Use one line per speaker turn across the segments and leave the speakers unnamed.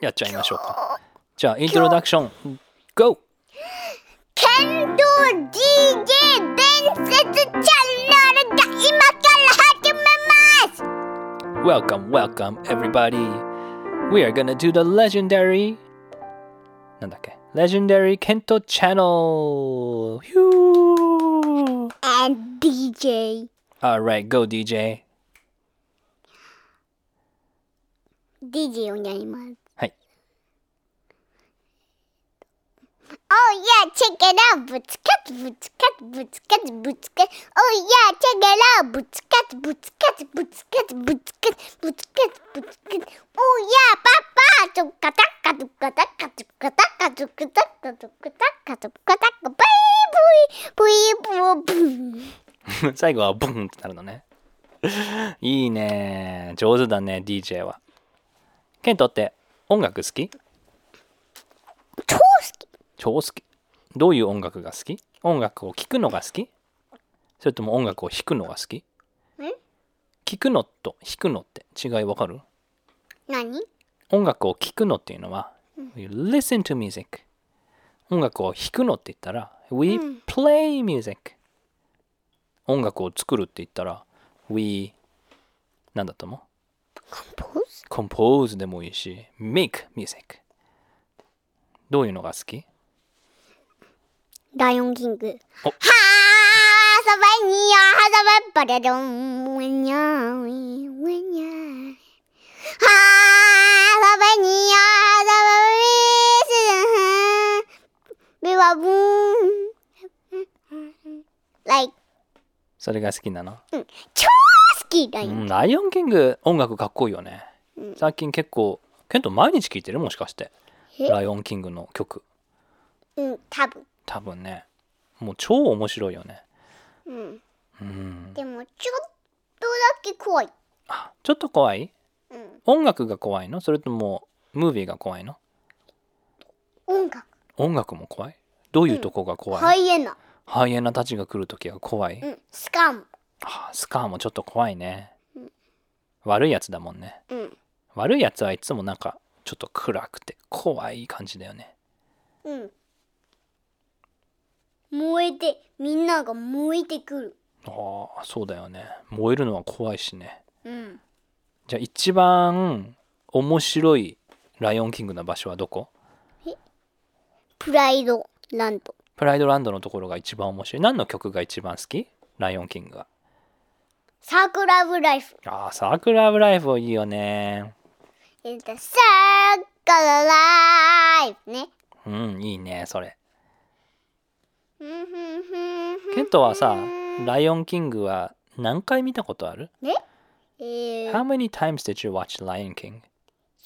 やっちゃいましょうか。じゃあ、イントロダクション、GO!
剣道 DJ 伝説チャンネルが今から始めます
Welcome, welcome, everybody! We are gonna do the legendary なんだっけ Legendary Kento Channel!
And DJ
Alright, go DJ!
DJ をやります
はい。
Oh yeah, check it out ぶつかつぶつかつぶつかつぶつか Oh yeah, check it out ぶつかつぶつかつぶつかつぶつかつぶつかつぶつかつ Oh yeah, パパとかたかとかたかとかたかとかたかとかたかとかたかブイブイブイブイブイ
最後はボンってなるのね。いいね。上手だね、DJ は。ケントって音楽好き
超好き
超好き。どういう音楽が好き音楽を聴くのが好きそれとも音楽を弾くのが好き
ん
聴くのと弾くのって違いわかる
何
音楽を聴くのっていうのは、We listen to music。音楽を弾くのって言ったら、We
うん
play music。音楽を作るって言ったら、We なんだと思う
コンポーズ
compose でもいいし make music どういうのが好き
ライオンキング。
お
はあ、そばにや、はざばばれどん、うにゃうにゃ。はあ、そばにや、はざばびすはびわぶん。like
それが好きなの、
超好きだ
う
よ。
ん、ライオンキング音楽かっこいいよね、
うん
最近結構ケント毎日聴いてるもしかして
え
ライオンキングの曲
うん、多分。
多分ねもう超面白いよね
うん。
うん
でも、ちょっとだけ怖い。
あちょっと怖い
うん。
音楽が怖いのそれともムービーが怖いの
音楽。
音楽も怖いどういうとこが怖い、
ハイエナ。
ハイエナたちが来るときが怖い、
うん。スカム。
あスカーもちょっと怖いね、悪いやつだもんね
うん。
悪いやつはいつもなんかちょっと暗くて怖い感じだよね
うん。燃えて、みんなが燃えてくる。
ああそうだよね燃えるのは怖いしね
うん。
じゃあ一番面白いライオンキングの場所はどこ
プライドランド。
プライドランドのところが一番面白い何の曲が一番好きライオンキングが
サークラブライフ。
ああサークラブライフいいよね
えっと、サークライフね。
うんいいねそれ
うんふんふんふん
ケントはさライオンキングは何回見たことある
ねえー、
How many times did you watch Lion King?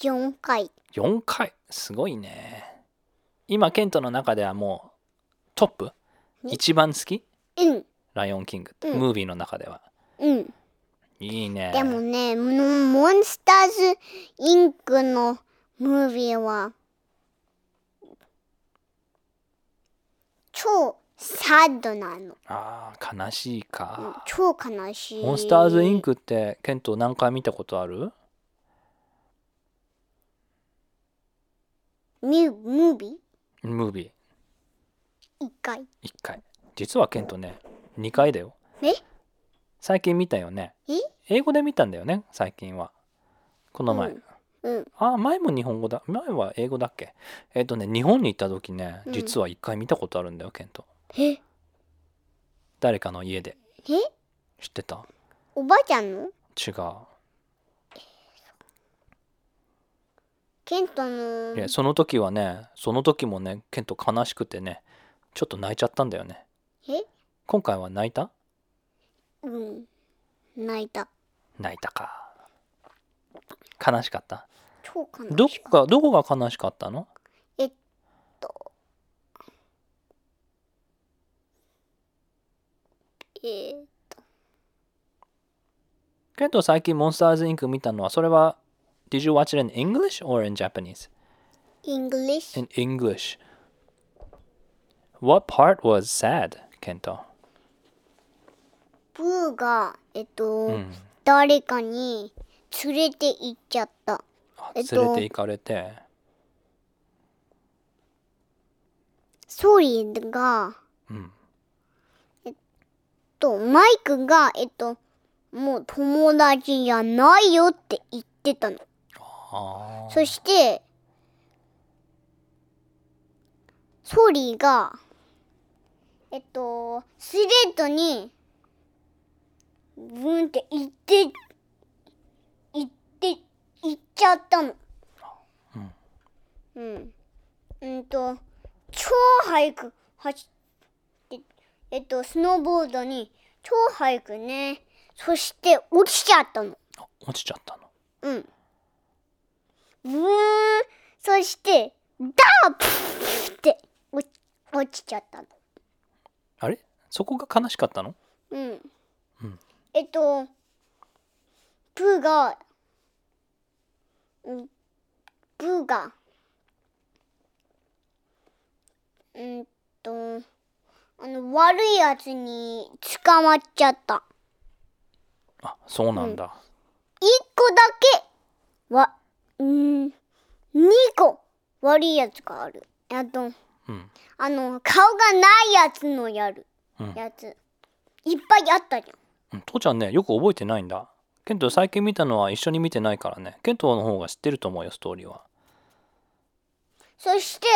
4回。
4回すごいね今ケントの中ではもうトップ
ね
一番好き
うん。
ライオンキング、
うん
ムービーの中では
うん。
いいね
でもね、モンスターズインクのムービーは、超サッドなの。
あー悲しい
うん
か、
超悲しい。
モンスターズインクってケント何回見たことある
ミュムービ
ムービ
ー一回。
ー1回実はケントね2回だよ
え
最近見たよね
え
英語で見たんだよね最近はこの前、
うんうん。
あー前も日本語だ前は英語だっけえっ、とね日本に行った時ね
うん
実は1回見たことあるんだよケント
ええ
誰かの家で知ってた
おばあちゃんの
違う
ケントの。
いやその時はねその時もねケント悲しくてねちょっと泣いちゃったんだよね
え
今回は泣いた
うん。泣いた。
泣いたか悲しかった
超悲しい。
どこがどこが悲しかったの
えっと。えー、
ケント最近モンスターズインク見たのはそれは Did you watch it in English or in Japanese?
English
In English What part was sad? ケント
ブーがえっと、
うん
誰かに連れて行っちゃった。
あ
え
連
っと
れて行かれて
ソリーが、
うん。
と、マイクが、えっと、もう友達じゃないよって言ってたの。
ああ。
そして、ソーリーが、えっと、スレートに、ブンって行って、行って、行っちゃったの。うん。うん。と、超速く走って、えっと、スノーボードに超速くね。そして落ちちゃったの。
あ落ちちゃったの。
うん。ブーンそして、ダープーって落ち落ちちゃったの。
あれそこが悲しかったの
うん。
うん
えっと、プーが、うん、プーが、うんと、あの、悪いやつに捕まっちゃった。
あ、そうなんだ。
一個だけわうん二個悪いやつがあるあと
うん。
あの顔がないやつのやる
うん。
やついっぱいあったじゃん
うん父ちゃんね、よく覚えてないんだ。ケント最近見たのは一緒に見てないからね。ケントの方が知ってると思うよ、ストーリーは。
そして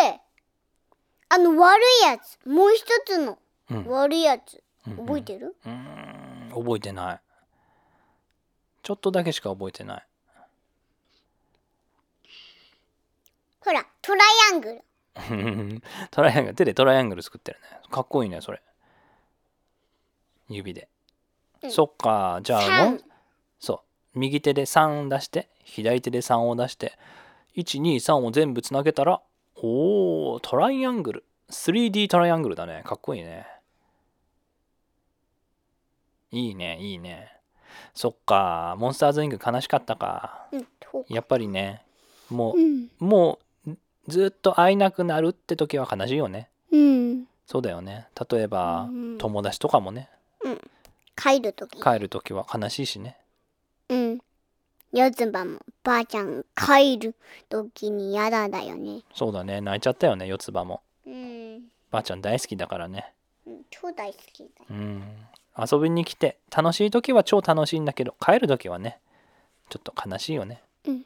あの悪いやつもう一つの
うん。
悪いやつ
うん
覚えてる
うーん覚えてないちょっとだけしか覚えてない
ほらトライアングル
トライアングル手でトライアングル作ってるねかっこいいねそれ指で、
うん
そっかじゃあも
3
うそう右手で3出して左手で3を出して123を全部つなげたらおートライアングル 3D トライアングルだねかっこいいねいいねいいねそっかモンスターズイング悲しかったか
うんと
やっぱりねも
うん
うもうんずっと会えなくなるって時は悲しいよね
うん
そうだよね例えば
うん
友達とかもね
帰る時
帰る時は悲しいしね
うん四つ葉もばあちゃん帰る時にやだだよね
そうだね泣いちゃったよね四つ葉も
うん
ばあちゃん大好きだからね
うん超大好きだよ
うん遊びに来て楽しい時は超楽しいんだけど帰る時はねちょっと悲しいよね、
うん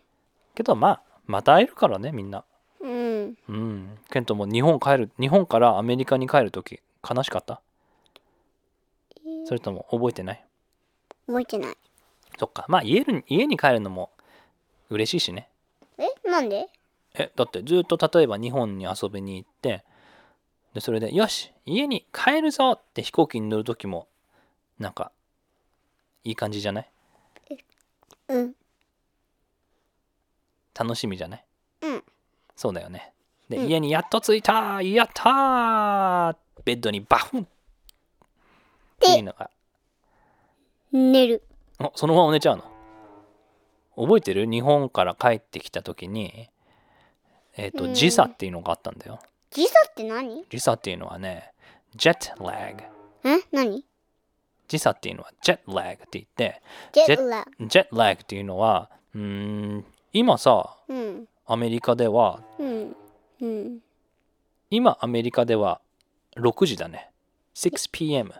けどまあまた会えるからねみんな
うん
うんケントも日本帰る日本からアメリカに帰る時悲しかったそれとも覚えてない
覚えてない
そっかまあ家に家に帰るのも嬉しいしね
えなんで
えだってずっと例えば日本に遊びに行ってでそれで「よし家に帰るぞ!」って飛行機に乗る時もなんかいい感じじゃない
うん
楽しみじゃない
うん
そうだよねで、
うん
家にやっと着いたやったーベッドにバフンっていうのが
寝る
おそのまま寝ちゃうの覚えてる日本から帰ってきた時にえっ、
う
と
ん
時差っていうのがあったんだよ、
時差って何
時差っていうのはね、jet lag。
え何
時差っていうのは jet lag って言って、
ジ
ジ
ェ
ェ
ッラ
jet lag っていうのは、うーん、今さ、
うん
アメリカでは、
うんうん
今アメリカでは6時だね。6pm。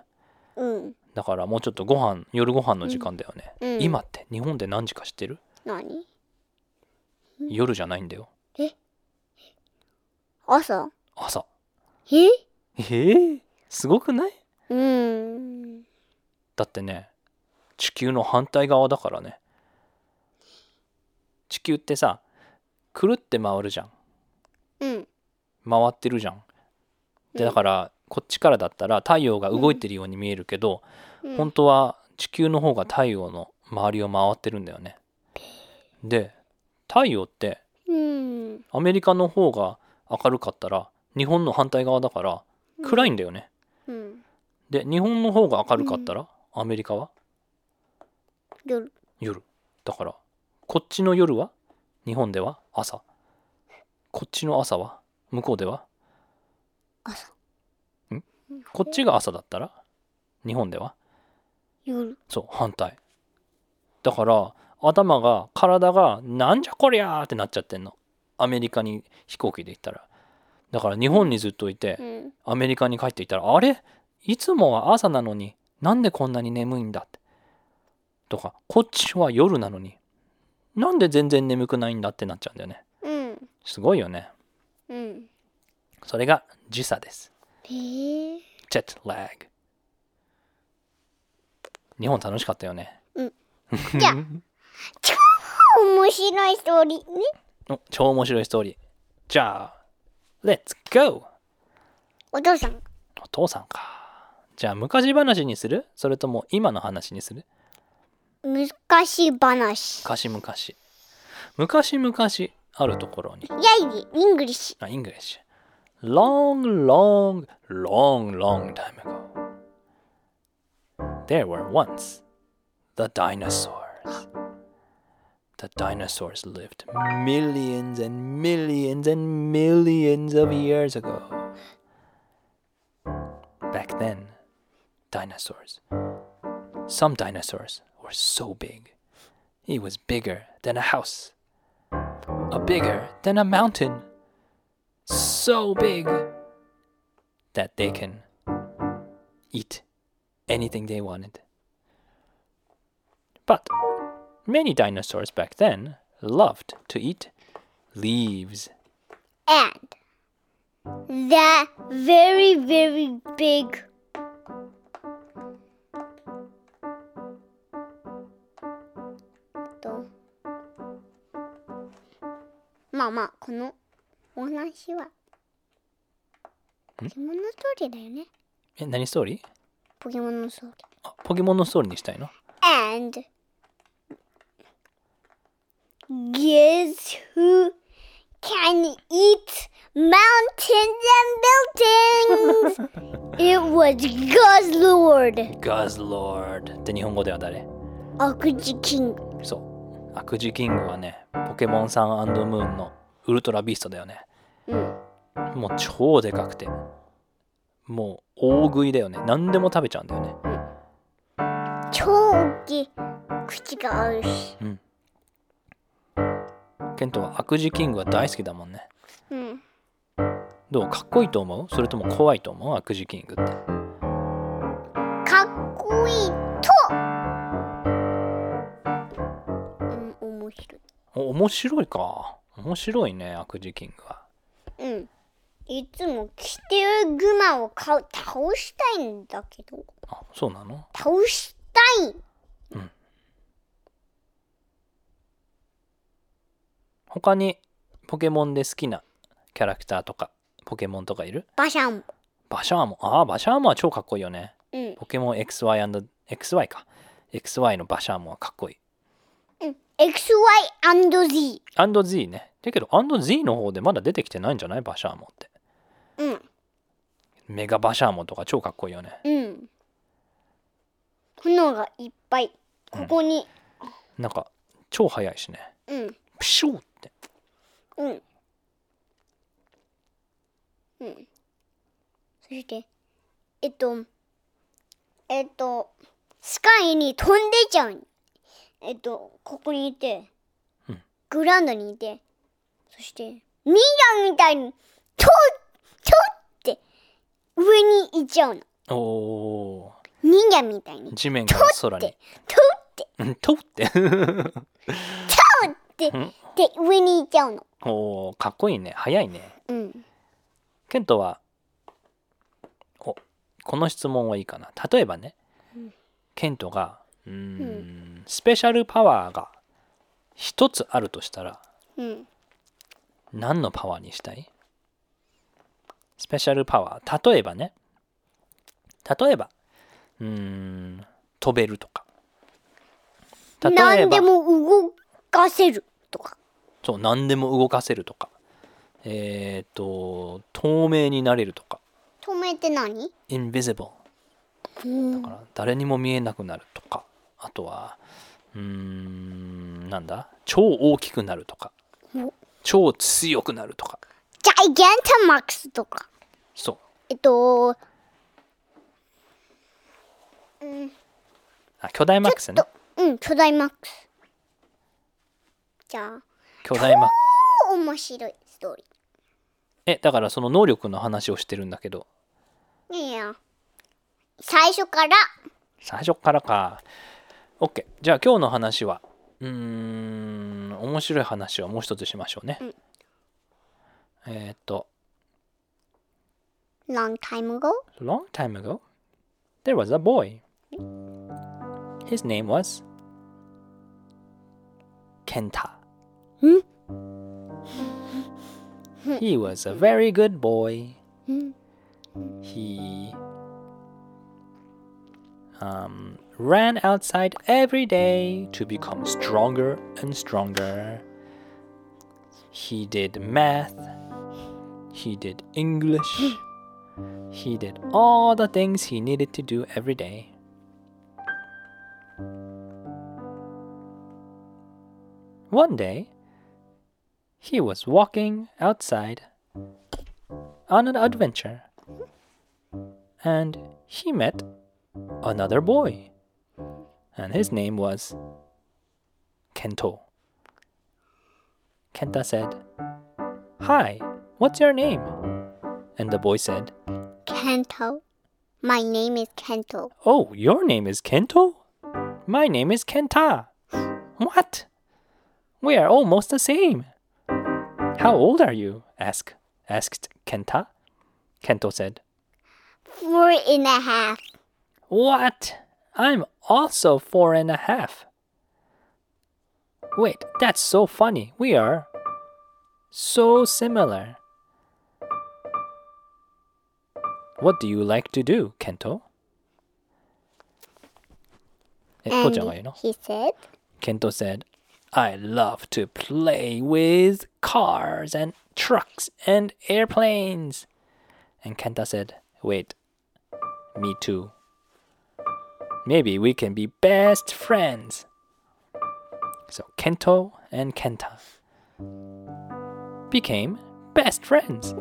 うん
だからもうちょっとご飯、夜ご飯の時間だよね。
うんうん
今って日本で何時か知ってる
何
夜じゃないんだよ。
朝
朝。
え
えー、すごくない
うん
だってね地球の反対側だからね地球ってさくるって回るじゃん
うん
回ってるじゃんでだからこっちからだったら太陽が動いてるように見えるけど、
うん
本当は地球の方が太陽の周りを回ってるんだよねで太陽って
うん
アメリカの方が明るかったら日本の反対側だから暗いんだよね、
うん
で日本の方が明るかったら、アメリカは
夜
夜だからこっちの夜は日本では朝こっちの朝は向こうでは
朝
んこっちが朝だったら日本では
夜
そう反対だから頭が体がなんじゃこりゃーってなっちゃってんのアメリカに飛行機で行ったらだから日本にずっといて、
うん。
アメリカに帰っていたら、あれいつもは朝なのに、なんでこんなに眠いんだって。とか、こっちは夜なのに、なんで全然眠くないんだってなっちゃうんだよね。
うん。
すごいよね。
うん。
それが時差です。
へえ。
jet lag。日本楽しかったよね。
じ ゃあ、超面白いストーリーね。
お超面白いストーリー。じゃあ、Let's go!
お父さん。
お父さんか。じゃあ、昔話にするそれとも今の話にする
難しい話。
昔々。昔々あるところ
イ
に。
ェイイングリッシ
あ、イングリッシュ。long, long, long, long time ago. There were once the dinosaurs. The dinosaurs lived millions and millions and millions of years ago. Back then, dinosaurs. Some dinosaurs were so big. He was bigger than a house, a bigger than a mountain so big that they can eat anything they wanted. But many dinosaurs back then loved to eat leaves.
and the very very bigとまあまあこのお話はポケモンのストーリーだよね
え、何ストーリー
ポケモンのストーリ
あポケモンのストーリーにしたいの
ー and guess who can eat mountains and buildings. it was God's Lord,
?Guzzlord って日本語では誰
Akuji King.
そう。悪事キングはね、ポケモンサンムーンのウルトラビーストだよね。
うん、
もう超でかくてもう大食いだよね何でも食べちゃうんだよね
超大きい口があるし、
ケントは悪事キングは大好きだもんね
うん、
どうかっこいいと思うそれとも怖いと思う悪事キングって
かっこいいと、うん、面白い。
お面白いか面白いね悪事キングは
うん。いつも着てるグマをか倒したいんだけど。
あそうなの
倒したい
他にポケモンで好きなキャラクターとかポケモンとかいる
バシャン。
バシャーモンああバシャーモンは超かっこいいよね
うん。
ポケモン XYXY か XY のバシャーモンはかっこいい
XY&Z。
&Z ねだけど &Z の方でまだ出てきてないんじゃないバシャーモンって
うん。
メガバシャーモンとか超かっこいいよね。
うん。炎がいっぱい。ここに。
なんか超速いしね。
うん。
プシューって。
うん。うん。そして、えっと、えっと、スカイに飛んでいっちゃう。えっと、ここにいて、
うん
グラウンドにいて、そして、ミラーみたいに、とう、とうって、上に行っちゃうの。
おお
忍者みたいに
ー。、地面が空に。
とうって、
うんとって。
で、で上に行っちゃうの。
おおかっこいいね。速いね。
うん。
ケントはおこの質問はいいかな。例えばね、ケントがうーんスペシャルパワーが一つあるとしたら
うん。
何のパワーにしたいスペシャルパワー例えばね例えばうーん飛べるとか例えば
何でも動かせるとか。
そう何でも動かせるとかえっ、と透明になれるとか
透明って何
invisible だから誰にも見えなくなるとかあとはうーんなんだ超大きくなるとか
お
超強くなるとか
ジャイギャンタマックスとか。
そう
えっと、
あ巨大マックスね
とうん、巨大マックス。じゃあ、
巨大マックス
面白いストーリ
えだからその能力の話をしてるんだけど
いいよ。最初から。
最初からか OK じゃあ今日の話はうーん面白い話をもう一つしましょうね、
うん
えーっと
Long time ago?
A long time ago, there was a boy. His name was Kenta.
Hmm?
He was a very good boy.
Hmm.
He um, ran outside every day to become stronger and stronger. He did math. He did English. He did all the things he needed to do every day. One day, he was walking outside on an adventure and he met another boy, and his name was Kento. Kenta said, Hi, what's your name? And the boy said,
Kento. My name is Kento.
Oh, your name is Kento? My name is Kenta. What? We are almost the same. How old are you? asked asked Kenta. Kento said,
Four and a half.
What? I'm also four and a half. Wait, that's so funny. We are so similar. What do you like to do, Kento? え、父ちゃんが言う
And
の
he said,
Kento said, I love to play with cars and trucks and airplanes. And Kenta said, Wait, me too. Maybe we can be best friends. So Kento and Kenta became best friends.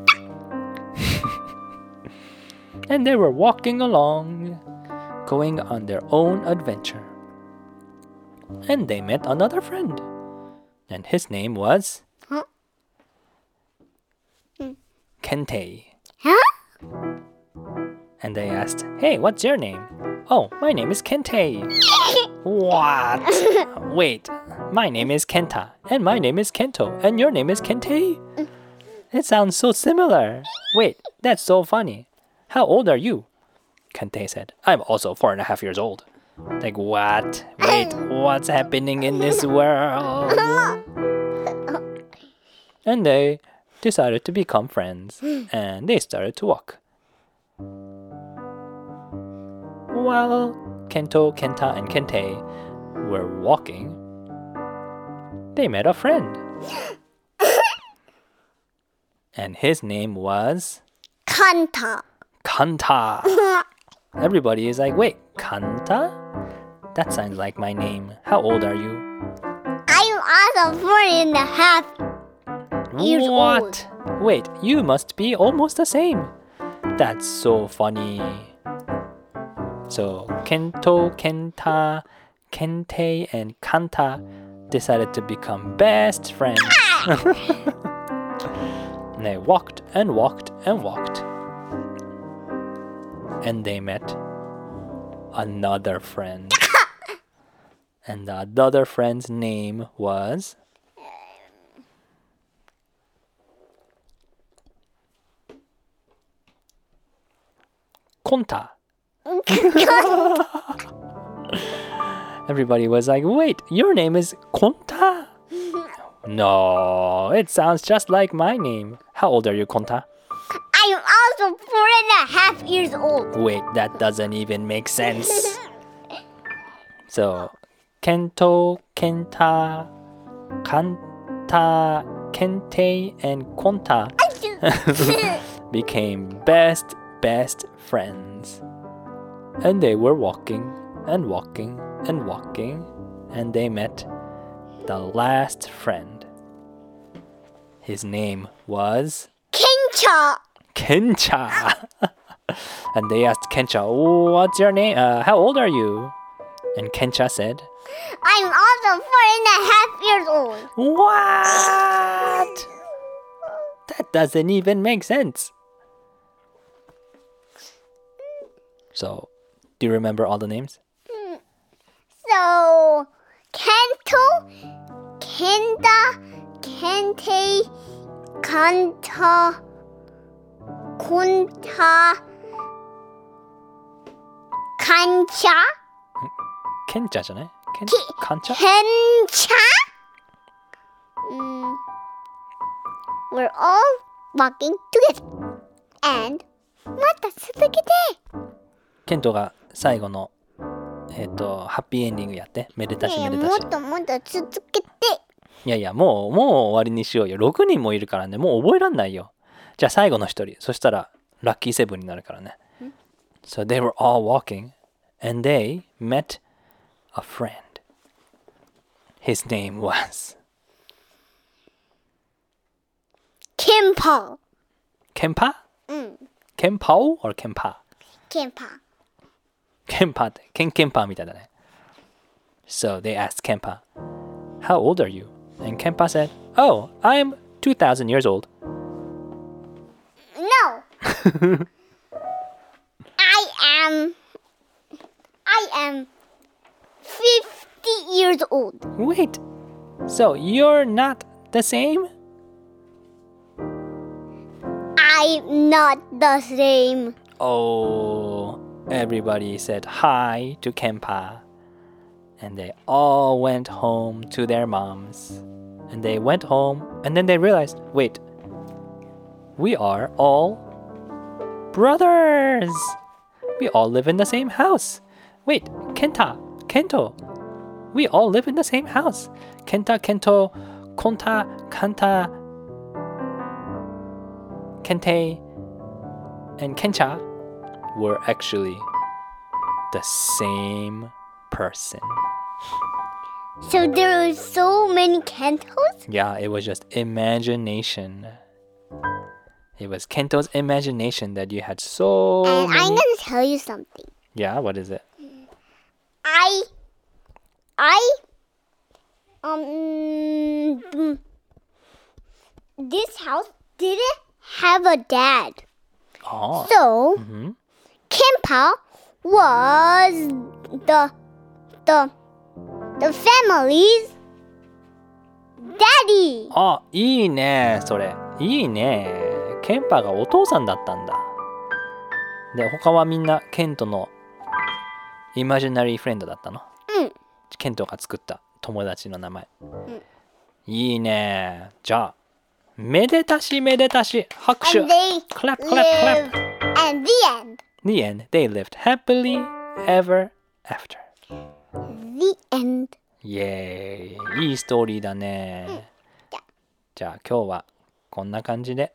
and they were walking along, going on their own adventure and they met another friend. And his name was
Huh?
Kentei.
Huh?
And they asked, Hey, what's your name? Oh, my name is Kentei. what? Wait, my name is Kenta, and my name is Kento, and your name is Kentei? It sounds so similar. Wait, that's so funny. How old are you? Kentei said, I'm also four and a half years old. Like, what? Wait, what's happening in this world? And they decided to become friends, and they started to walk. While Kento, Kenta, and Kentei were walking, they met a friend. and his name was
Kanta.
Kanta. Everybody is like, wait, Kanta? That sounds like my name. How old are you?
I'm also four and a half. Years old.
what? Wait, you must be almost the same. That's so funny. So Kento, Kenta, Kentei, and Kanta decided to become best friends. and they walked and walked and walked. And they met another friend. and the other friend's name was. Konta. Everybody was like, wait, your name is Konta? no, it sounds just like my name. How old are you, Konta?
I'm also four and a half years old.
Wait, that doesn't even make sense. so, Kento, Kenta, Kanta, Kentei, and Konta became best, best friends. And they were walking and walking and walking, and they met the last friend. His name was
Kincha.
Kencha. and they asked Kencha, What's your name? Uh, how old are you? And Kencha said,
I'm also four and a half years old.
What? That doesn't even make sense. So, do you remember all the names?
So, Kento, Kenda, Kente, Kanta, Kunta, Kancha,
ケンチャじゃないケン
き
カンチャ
Kencha. Mm. We're all walking together. And, また続けて。
ケントが最後の、えっ、と、ハッピーエンディングやって。めでたし
ねえ
めでた
も
し
っ。ともっと続けて。
いやいや、もう、もう終わりにしようよ。6人もいるからね、もう覚えらんないよ。じゃあ最後の1人。そしたら、ラッキーセブンになるからね。So they were all walking, and they met a friend. His name was
ケンパ
Kenpa?
うん。
Kenpao or Kenpa?
ケンパ。
Kenpa って、ケンケンパみたいだね。So they asked Kenpa, How old are you? And Kenpa said, Oh, I'm 2000 years old.
No! I am. I am 50 years old.
Wait, so you're not the same?
I'm not the same.
Oh, everybody said hi to Kenpa. And they all went home to their moms. And they went home, and then they realized wait, we are all brothers! We all live in the same house. Wait, Kenta, Kento, we all live in the same house. Kenta, Kento, Konta, Kanta, Kente, and Kencha were actually the same person.
So there are so many Kentos?
Yeah, it was just imagination. It was Kento's imagination that you had so.
And I'm
many-
gonna tell you something.
Yeah, what is it?
I. I. Um. mm, This house didn't have a dad.
Oh,
So,
mhm.
Kimpa was the the the family's daddy.
あ、いいね、それ。いいね。ケンパがお父さんだったんだ。で、他はみんなケントのイマジナリーフレンドだったの。
うん。
ケントが作った友達の名前。
ん
いいね。じゃあ、めでたしめでたし。拍手
And。they
Clap, clap,
live and the end.
The end. They lived happily ever after.
The end.
イエーイ。いいストーリーだね。じゃあ今日はこんな感じで。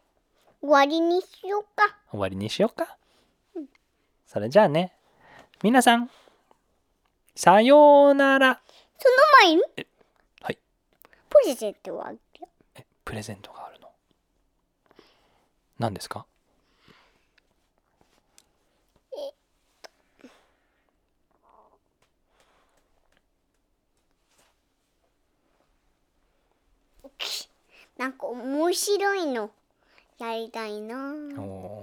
終わりにしようか。
終わりにしようか。それじゃあね。皆さん、さようなら。
その前に
はい。
プレゼントをあげるよ。
え、プレゼントがあるの。何ですか
なんか面白いのやりたいな。
おー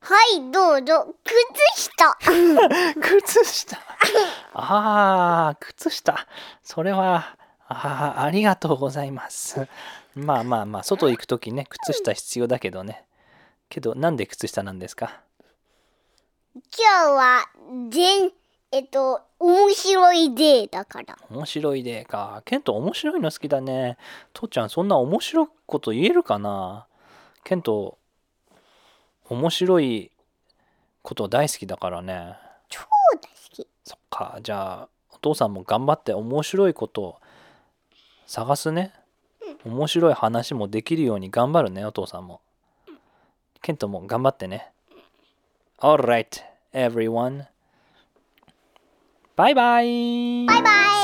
はい、どうぞ。靴下。
靴下。ああ、靴下。それは、ああ、ありがとうございます。まあまあまあ、外行くときね、靴下必要だけどね。けど、なんで靴下なんですか
今日は全えっと面白いデーだから
面白いでか。ケント面白いの好きだね。父ちゃんそんな面白いこと言えるかなケント、面白いこと大好きだからね。
超大好き
そっか。じゃあ、お父さんも頑張って面白いことを探すね。面白い話もできるように頑張るね、お父さんも。ケントも頑張ってね。Alright, everyone. Bye
Bye
bye!
bye.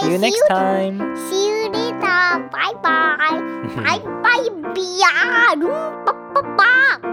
See you
See
next
you.
time!
See you later バイバイバイバイビアルンパパパ